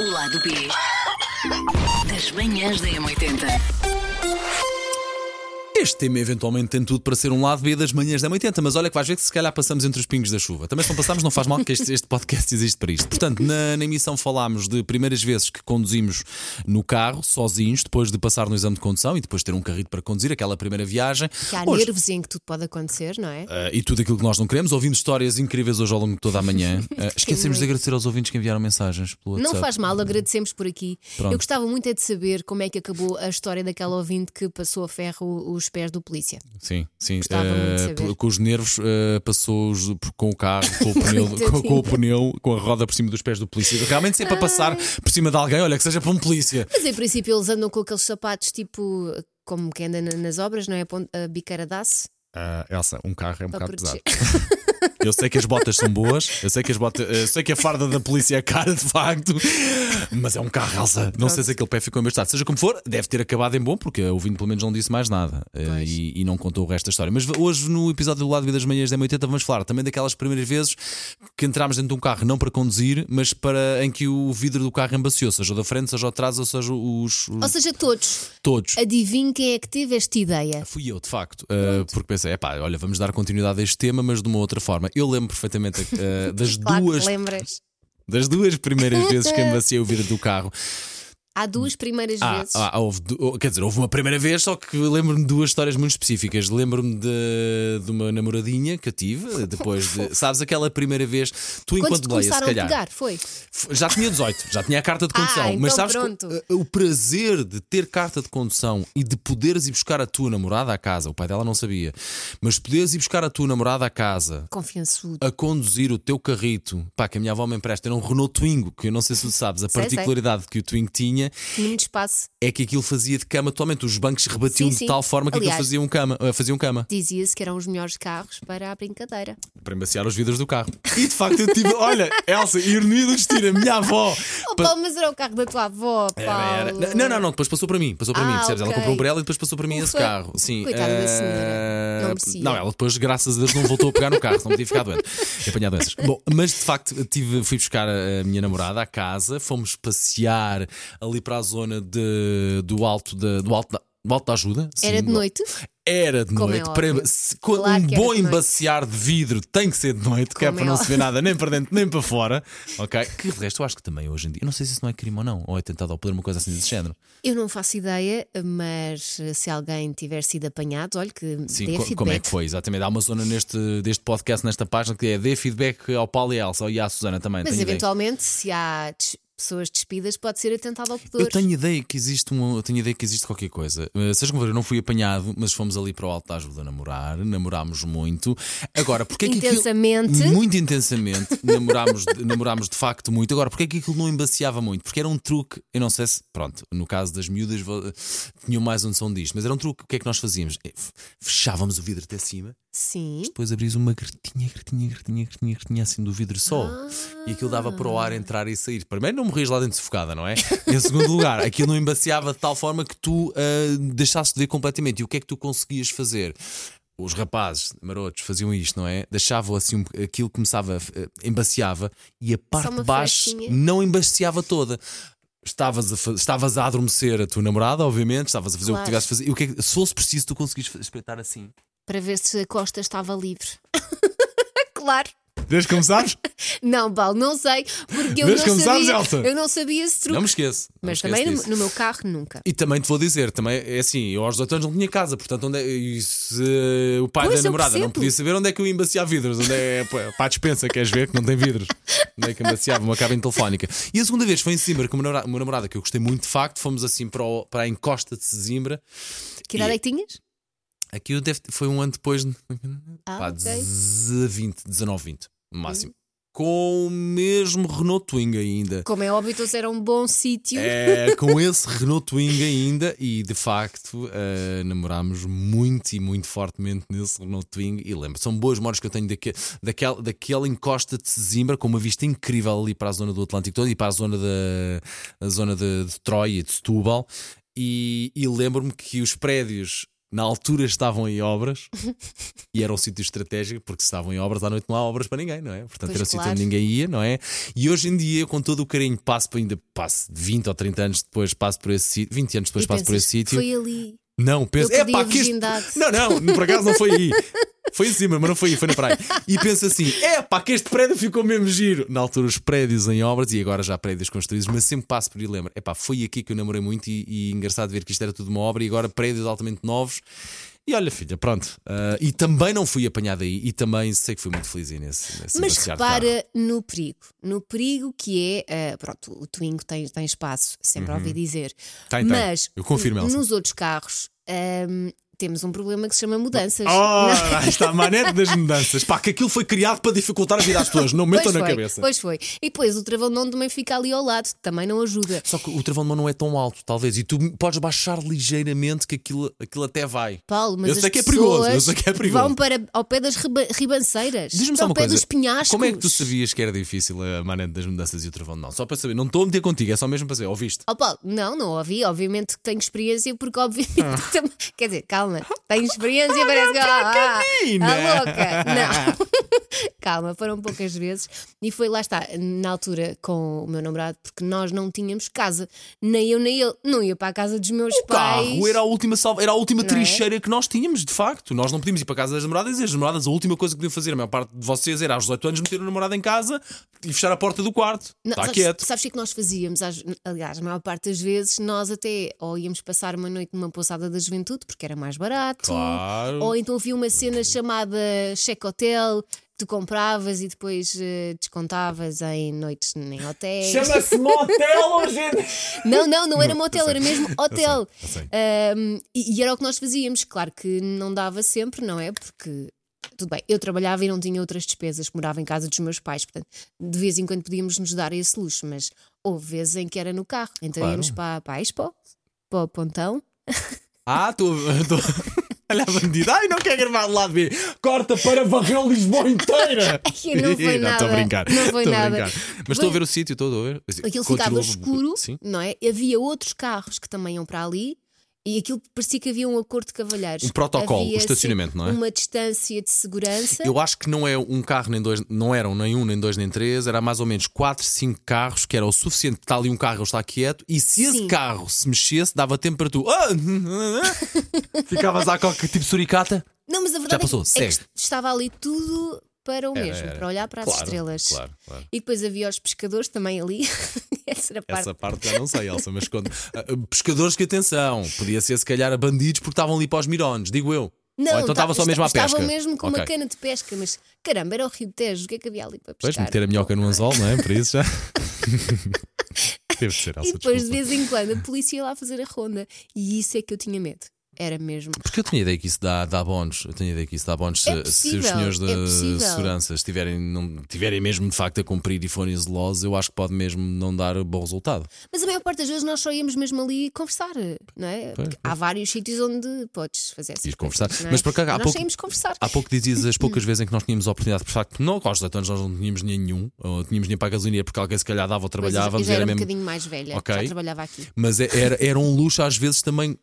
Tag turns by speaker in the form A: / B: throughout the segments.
A: O lado B das manhãs da M80.
B: Este tema eventualmente tem tudo para ser um lado B das manhãs da 80, mas olha que vais ver que se calhar passamos entre os pingos da chuva. Também se não passarmos, não faz mal que este, este podcast existe para isto. Portanto, na, na emissão falámos de primeiras vezes que conduzimos no carro, sozinhos, depois de passar no exame de condução e depois ter um carrito para conduzir, aquela primeira viagem.
C: Que há
B: Hoje-
C: nervos em que tudo pode acontecer, não é?
B: Uh, e tudo aquilo que nós não queremos. Ouvimos histórias incríveis hoje ao longo de toda a manhã. Uh, esquecemos de agradecer aos ouvintes que enviaram mensagens pelo
C: Não
B: WhatsApp.
C: faz mal, agradecemos por aqui.
B: Uhum. Pronto.
C: Eu gostava muito é de saber como é que acabou a história daquela ouvinte que passou a ferro os pés do polícia.
B: Sim, sim.
C: Gostava muito de
B: Eh,
C: saber.
B: por- com os nervos, eh, passou os, por- com o carro, com o, pneu, com,
C: Coitadinho.
B: com o pneu, com a roda por cima dos pés do polícia. Realmente, sempre a passar por cima de alguém, olha, que seja para um polícia.
C: Mas em princípio eles andam com aqueles sapatos tipo como quem anda na- nas obras, não é? A pon- A biqueira dá
B: Ah, Elsa, um carro é um
C: para
B: bocado pesado.
C: proteger.
B: Eu sei que as botas são boas, eu sei que as botas, eu sei que a farda da polícia é cara, de facto, mas é um carro, Elsa. Não sei se aquele pé ficou embastado. Seja como for, deve ter acabado em bom, porque o vinho pelo menos não disse mais nada eh,
C: Pois.
B: e, e não contou o resto da história. Mas v- hoje, no episódio do Lado B das Manhãs da M80, vamos falar também daquelas primeiras vezes que entramos dentro de um carro, não para conduzir, mas para em que o vidro do carro embaciou, seja o da frente, seja o de trás, ou seja os, os-
C: Ou seja, todos,
B: todos.
C: adivinhe quem é que teve esta ideia.
B: Fui eu, de facto, eh, porque pensei, epá, olha, vamos dar continuidade a este tema, mas de uma outra forma. Eu lembro perfeitamente eh, das
C: Claro
B: duas
C: que lembras.
B: das duas primeiras vezes que embaciei o vidro do carro.
C: Há duas primeiras
B: Ah,
C: vezes.
B: ah, houve, du- quer dizer, houve uma primeira vez, só que lembro-me de duas histórias muito específicas. Lembro-me de, de uma namoradinha que eu tive, depois de. Sabes, aquela primeira vez, tu
C: Quando
B: enquanto
C: te
B: leia, se
C: começaram a
B: calhar.
C: pegar, foi.
B: F- Já tinha 18, já tinha a carta de
C: Ah,
B: condução.
C: então
B: mas sabes
C: pronto.
B: que, eh, o prazer de ter carta de condução e de poderes ir buscar a tua namorada à casa, o pai dela não sabia, mas poderes ir buscar a tua namorada à casa
C: Confiançudo.
B: a conduzir o teu carrito, pá, que a minha avó me empresta, era um Renault Twingo, que eu não sei se tu sabes, a
C: Sei, sei.
B: particularidade que o Twingo tinha
C: Tinha muito espaço.
B: é que aquilo fazia de cama totalmente, os bancos rebatiam
C: Sim,
B: de
C: sim.
B: tal forma que aquilo
C: Aliás.
B: fazia um cama, eh, fazia um cama
C: Dizia-se que eram os melhores carros para a brincadeira.
B: para embaciar os vidros do carro. E de facto eu tive, olha, Elsa, ironia do destino, a minha avó.
C: Oh,
B: pa-
C: Paulo, mas era o carro da tua avó, Paulo.
B: Era, era. Não, não, não, depois passou para mim, passou para mim,
C: Ah,
B: percebes? Ela
C: ok.
B: comprou para ela e depois passou para mim esse
C: Ufa.
B: carro. Sim.
C: Coitada da
B: eh,
C: senhora. Não merecia.
B: não, ela depois, graças a Deus, não voltou a pegar no carro, não podia ficar doente. Apanhar doenças. Bom, mas de facto tive, fui buscar a minha namorada à casa, fomos passear ali para a zona de, do alto de, do alto da, do alto da ajuda. Sim,
C: Era de
B: do-
C: noite.
B: Era de
C: Como
B: noite.
C: é
B: Para-
C: óbvio.
B: se- com-
C: Claro
B: um
C: que era
B: bom
C: de noite.
B: embaciar de vidro tem que ser de noite, que é
C: Como
B: para
C: é
B: não se ver nada nem para dentro nem para fora. Ok? Que de resto eu acho que também hoje em dia. Eu não sei se isso não é crime ou não, ou é tentado ao poder uma coisa assim desse género.
C: Eu não faço ideia, mas eh, se alguém tiver sido apanhado, olha que
B: Sim,
C: dê
B: co-
C: feedback.
B: como é que foi? Exatamente. Há uma zona neste, deste podcast, nesta página, que é dê feedback ao Paulo e à Elsa e à Susana também.
C: Mas
B: tenho ideia.
C: eventualmente, se há des- pessoas despidas, pode ser atentado ao pudor.
B: Eu tenho ideia que existe um, eu tenho ideia que existe qualquer coisa. Eh, seja como for, eu não fui apanhado, mas fomos ali para o Alto da Ajuda a namorar, namorámos muito. Agora, porque é que aquilo-
C: Intensamente.
B: muito intensamente, namorámos, de- namorámos de facto muito. Agora, porque é que aquilo não embaciava muito? Porque era um truque, eu não sei se, pronto, no caso das miúdas vo- tinham mais noção disto, mas era um truque. O que é que nós fazíamos? Eh, f- Fechávamos o vidro até cima,
C: Sim.
B: depois abris uma gretinha, gretinha, gretinha, gretinha, gretinha assim do vidro só. E aquilo dava para o ar entrar e sair. Primeiro, não morrias lá dentro sufocada, não é? Em segundo lugar, aquilo não embaciava de tal forma que tu ah, deixaste de ver completamente. E o que é que tu conseguias fazer? Os rapazes marotos faziam isto, não é? Deixavam assim, um- aquilo começava, eh, embaciava e a parte
C: uma
B: de baixo
C: flechinha.
B: não embaciava toda. Estavas a, fa- estavas a adormecer a tua namorada, obviamente, estavas a fazer o que
C: Claro.
B: tivesse a fazer. E o que é que- se fosse preciso, tu conseguias fa- espreitar assim.
C: Para ver se a costa estava livre. claro.
B: Desde que começares?
C: Não, Paulo, não sei. Porque eu
B: Vês
C: não
B: como sabes,
C: sabia.
B: Elsa?
C: Eu não sabia esse truque.
B: Não me esqueço. não me
C: mas
B: esqueço
C: também
B: disso.
C: no, no meu carro, nunca.
B: E também te vou dizer, também é assim, eu aos 18 anos não tinha casa, portanto, onde é, e se o pai
C: Pois,
B: da
C: eu
B: namorada não
C: percebo.
B: podia saber onde é que eu ia embaciar vidros, onde é pá, para a dispensa, queres ver que não tem vidros, onde é que embaciava uma cabine telefónica. E a segunda vez foi em Zimbra com uma namorada, uma namorada que eu gostei muito, de facto, fomos assim para, o- para a encosta de Zimbra.
C: Que idade é que tinhas?
B: Aqui eu devo- foi um ano depois, de-
C: Ah,
B: pá,
C: ok. Uhum.
B: 20, 19, 20, no máximo. Com o mesmo Renault Twingo ainda.
C: Como é óbvio, então era um bom sítio.
B: É, com esse Renault Twingo ainda e de facto eh, namorámos muito e muito fortemente nesse Renault Twingo e lembro, são boas memórias que eu tenho daque, daquela, daquela encosta de Zimbra com uma vista incrível ali para a zona do Atlântico todo e para a zona da a zona de, de Troia, de Setúbal e, e lembro-me que os prédios Na altura estavam em obras e era um sítio estratégico, porque se estavam em obras à noite não há obras para ninguém, não é? Portanto,
C: Pois,
B: era um sítio
C: claro.
B: onde ninguém ia, não é? E hoje em dia, com todo o carinho, passo por- ainda passo 20 ou 30 anos depois, passo por esse sítio, 20 anos depois
C: E
B: passo por
C: pensas,
B: esse sítio.
C: Foi ali.
B: Não, penso,
C: Eu perdi
B: epá,
C: a
B: que este...
C: virgindade."
B: Não, não, por acaso não foi aí. Foi em cima, mas não foi aí, foi na praia. E pensa assim: é pá, que este prédio ficou mesmo giro. Na altura, os prédios em obras e agora já há prédios construídos, mas sempre passo por e lembro: é pá, foi aqui que eu namorei muito e, e engraçado ver que isto era tudo uma obra e agora prédios altamente novos. E olha, filha, pronto. Ah, e também não fui apanhado aí e também sei que fui muito feliz aí nesse, nesse tá?
C: Mas
B: passear de carro.
C: repara no perigo. No perigo que é. ah, pronto, o Twingo tem, tem espaço, sempre ouvi dizer.
B: Uhum. Tem, tem.
C: Mas
B: Eu confirmo, Elsa.
C: nos outros carros ahm, temos um problema que se chama mudanças.
B: Oh, aí está a maneira das mudanças. Pá, que aquilo foi criado para dificultar a vida às pessoas. Não metam
C: pois
B: na
C: foi,
B: cabeça.
C: Pois foi. E depois o travão de mão também fica ali ao lado, também não ajuda.
B: Só que o travão de mão não é tão alto, talvez. E tu podes baixar ligeiramente que aquilo, aquilo até vai.
C: Paulo, mas
B: Eu sei
C: as
B: que é perigoso, eu
C: pessoas
B: sei que é perigoso.
C: Vão para, ao pé das riba- ribanceiras,
B: Diz-me só
C: ao
B: uma
C: pé
B: coisa.
C: dos penhascos.
B: Como é que tu sabias que era difícil a manete das mudanças e o travão de mão? Só para saber, não estou a meter contigo, é só mesmo para saber. Ouviste?
C: Oh Paulo, não, não ouvi. Obviamente que tenho experiência, porque obviamente
B: Ah.
C: que também. Quer dizer, calma, tenho experiência, parece que. Ah,
B: Catarina!
C: ah, louca! Não. calma, foram poucas vezes. E foi lá está, na altura com o meu namorado, porque nós não tínhamos casa. Nem eu, nem ele. Não ia para a casa dos meus pais.
B: Carro era a última, salva, era a última
C: Não é?
B: trincheira que nós tínhamos, de facto. Nós não podíamos ir para a casa das namoradas e as namoradas, a última coisa que podiam fazer, a maior parte de vocês, era aos 18 anos meter o namorado em casa e fechar a porta do quarto.
C: Não,
B: Está
C: sabes,
B: tá quieto.
C: sabes o que é que nós fazíamos? Às- Aliás, a maior parte das vezes nós até ou íamos passar uma noite numa pousada da juventude porque era mais barato,
B: Claro.
C: ou então havia uma cena chamada cheque hotel, tu compravas e depois eh, descontavas em noites em hotéis.
B: Chama-se motel, gente!
C: Não, não, não era motel, era mesmo hotel.
B: eu sei.
C: Ahm, e, e era o que nós fazíamos. Claro que não dava sempre, não é? Porque. Tudo bem, eu trabalhava e não tinha outras despesas, morava em casa dos meus pais, portanto, de vez em quando podíamos nos dar esse luxo, mas houve vezes em que era no carro. Então
B: Claro.
C: íamos para, para a Expo, para o Pontão.
B: Ah, tu. tu... Olha a bandida. Ai, não quer gravar do lado B. Corta para varrer Lisboa inteira.
C: Ai, não foi
B: Não, estou a
C: nada,
B: brincar.
C: não
B: Estou
C: foi
B: a
C: nada.
B: brincar. Mas estou a ver o sítio, estou a ver.
C: Aquilo ficava
B: Continua-
C: escuro,
B: Sim.
C: não é? Havia outros carros que também iam para ali e aquilo parecia que havia um acordo de cavalheiros.
B: Um protocolo, o
C: Havia, sim,
B: estacionamento, não é?
C: Uma distância de segurança.
B: Eu acho que não é um carro nem dois, não eram nem um, nem dois, nem três, era mais ou menos quatro, cinco carros, que era o suficiente para estar ali um carro ele está quieto, e se esse
C: Sim.
B: carro se mexesse, dava tempo para tu. Ah! Ficavas à coca tipo suricata.
C: Não, mas a verdade
B: passou,
C: é, que, é que
B: segue.
C: estava ali tudo para o
B: Era,
C: mesmo,
B: era.
C: para olhar para as
B: Claro,
C: estrelas.
B: claro, claro.
C: E depois havia os pescadores também ali. Essa era a parte.
B: Essa parte já não sei, Elsa, mas quando. Ah, ah, pescadores que atenção, podia ser se calhar a bandidos porque estavam ali para os mirones, digo eu. Ou então
C: tá-
B: estava só
C: esta-
B: mesmo à pesca.
C: Estava mesmo com uma
B: Ok.
C: cana de pesca, mas caramba, era o Rio Tejo, o que é que havia ali para
B: Pois,
C: pescar?
B: meter a minhoca no anzol, não é? Para isso já. Teve de ser, Elsa.
C: e depois de
B: desculpa.
C: vez em quando a polícia ia lá fazer a ronda. E isso é que eu tinha medo. Era mesmo.
B: Porque eu tinha ideia que isso dá, dá bónus. Eu tinha ideia que isso dá bónus se-
C: É
B: se, os
C: possível,
B: senhores da
C: é possível.
B: segurança estiverem, não, tiverem mesmo de facto a cumprir e forem zelosos, eu acho que pode mesmo não dar bom resultado.
C: Mas a maior parte das vezes nós só íamos mesmo ali conversar, não é? Porque Há vários sítios onde podes fazer essas
B: Ir conversar.
C: coisas, não é?
B: Mas por acaso, há
C: nós
B: pouco-
C: só íamos conversar.
B: Há pouco dizias as poucas vezes em que nós tínhamos oportunidade, por facto, não, aos 18 anos nós não tínhamos nenhum, ou tínhamos nem para a gasolina porque alguém se calhar dava ou
C: Pois,
B: trabalhava,
C: eu
B: mas
C: já era
B: era
C: um
B: mesmo.
C: bocadinho mais velha,
B: Ok.
C: já trabalhava aqui.
B: Mas é- era, era um luxo às vezes também.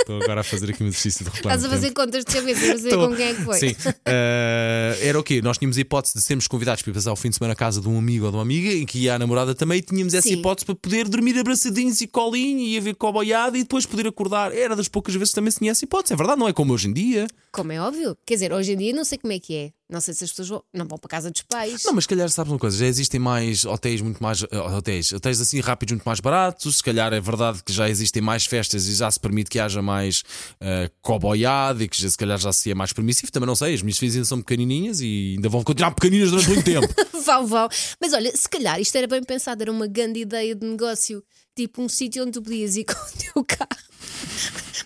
B: Estou agora a fazer aqui um exercício de reclame.
C: Estás a
B: de tempo.
C: fazer contas de cabeça, não sei
B: Estou-
C: com quem é que foi.
B: então. Sim. Eh, era o quê? Nós tínhamos a hipótese de sermos convidados para ir passar o fim de semana à casa de um amigo ou de uma amiga e que ia a namorada também. E tínhamos essa
C: Sim.
B: hipótese para poder dormir abraçadinhos e colinho e ia ver coboiada e depois poder acordar. Era das poucas vezes que também se tinha essa hipótese. É verdade, não é como hoje em dia.
C: Como é óbvio. Quer dizer, hoje em dia não sei como é que é. Não sei se as pessoas vão, não vão para a casa dos pais.
B: Não, mas se calhar sabes uma coisa, já existem mais hotéis muito mais eh, hotéis, hotéis assim rápidos muito mais baratos, se calhar é verdade que já existem mais festas e já se permite que haja mais eh, coboiada e que já- se calhar já se é mais permissivo, também não sei, as minhas vizinhas são pequenininhas e ainda vão continuar pequeninas durante muito tempo.
C: Vão, vão. Mas olha, se calhar isto era bem pensado, era uma grande ideia de negócio. Tipo um sítio onde tu podias ir com o teu carro.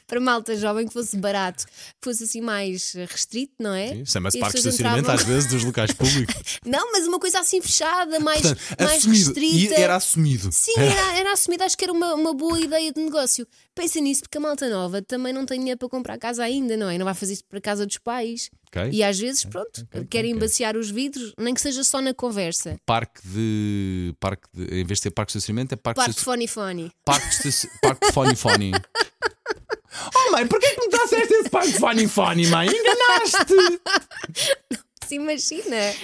C: Para malta jovem que fosse barato, que fosse assim mais restrito, não é?
B: Sim, Chama-se
C: E um as
B: parque de
C: pessoas
B: estacionamento às
C: entravam-
B: vezes dos locais públicos.
C: Não, mas uma coisa assim fechada, mais,
B: Portanto,
C: mais
B: assumido. E
C: restrita.
B: era assumido.
C: Sim, era, era assumido, acho que era uma, uma boa ideia de negócio. Pensa nisso, porque a malta nova também não tem dinheiro para comprar casa ainda, não é? Não vai fazer isto para casa dos pais.
B: Ok.
C: E às vezes, pronto,
B: ok,
C: querem
B: ok.
C: baciar os vidros, nem que seja só na conversa.
B: Parque de. Parque de- Em vez de ser parque de estacionamento, é parque,
C: Parte
B: de,
C: fone fone.
B: parque de, estaci- parque de fone fone. Oh, mãe, porquê que me trouxeste esse pai de funny funny, mãe? Enganaste!
C: Se imagina.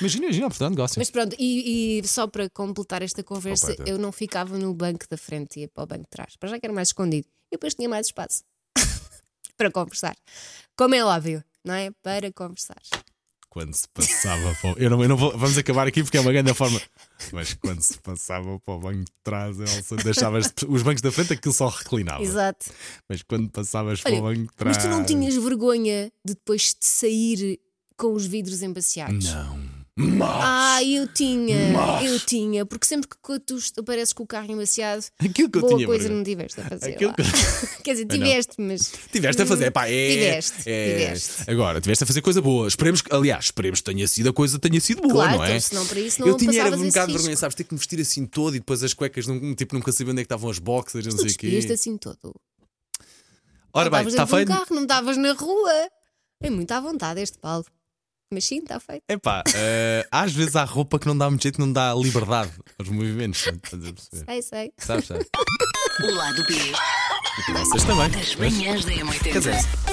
B: Imagina, imagina, portanto, negócio.
C: Mas pronto, e, e só para completar esta conversa,
B: Completa.
C: eu não ficava no banco da frente, ia para o banco de trás. Para já que era mais escondido. E depois tinha mais espaço para conversar. Como é óbvio, não é? Para conversar.
B: Quando se passava para o... Eu não, eu não vou... Vamos acabar aqui porque é uma grande forma. Mas quando se passava para o banco de trás, Elsa, deixavas os bancos da frente, aquilo só reclinava.
C: Exato.
B: Mas quando passavas
C: Olha,
B: para o banco de trás.
C: Mas tu não tinhas vergonha de depois de sair com os vidros embaciados?
B: Não. Mas
C: Ah, eu tinha, eu tinha, porque sempre que tu est- apareces com o carro embaciado,
B: aquilo que eu
C: boa
B: tinha.
C: coisa ah.
B: vergonha.
C: não tiveste a fazer.
B: Aquilo
C: lá.
B: que-
C: Quer dizer,
B: Pois não.
C: tiveste, mas.
B: Tiveste a fazer, pá, é.
C: Tiveste,
B: é-
C: tiveste.
B: Agora, tiveste a fazer coisa boa. Esperemos que, aliás, esperemos que tenha sido a coisa tenha sido boa,
C: Claro,
B: não é?
C: então, senão para isso
B: eu
C: não
B: tinha era
C: passavas
B: um
C: esse
B: bocado de
C: risco.
B: vergonha, sabes? Ter que me vestir assim todo e depois as cuecas, num, tipo, nunca sabia onde é que estavam as boxers, não
C: Tu
B: sei o quê.
C: despias-te assim todo.
B: Ora
C: Não
B: bem,
C: estavas
B: está
C: dentro de
B: feito.
C: um carro, não estavas na rua. É muito à vontade este Paulo. Mas sim, está feito.
B: Epá, eh, às vezes há roupa que não dá muito jeito, não dá liberdade aos movimentos. é? estás a perceber?
C: Sei, sei.
B: Sabes, sabes?
A: O lado B
B: E para vocês também.
A: das
B: mas-
A: manhãs da
B: Quer dizer,
A: M80.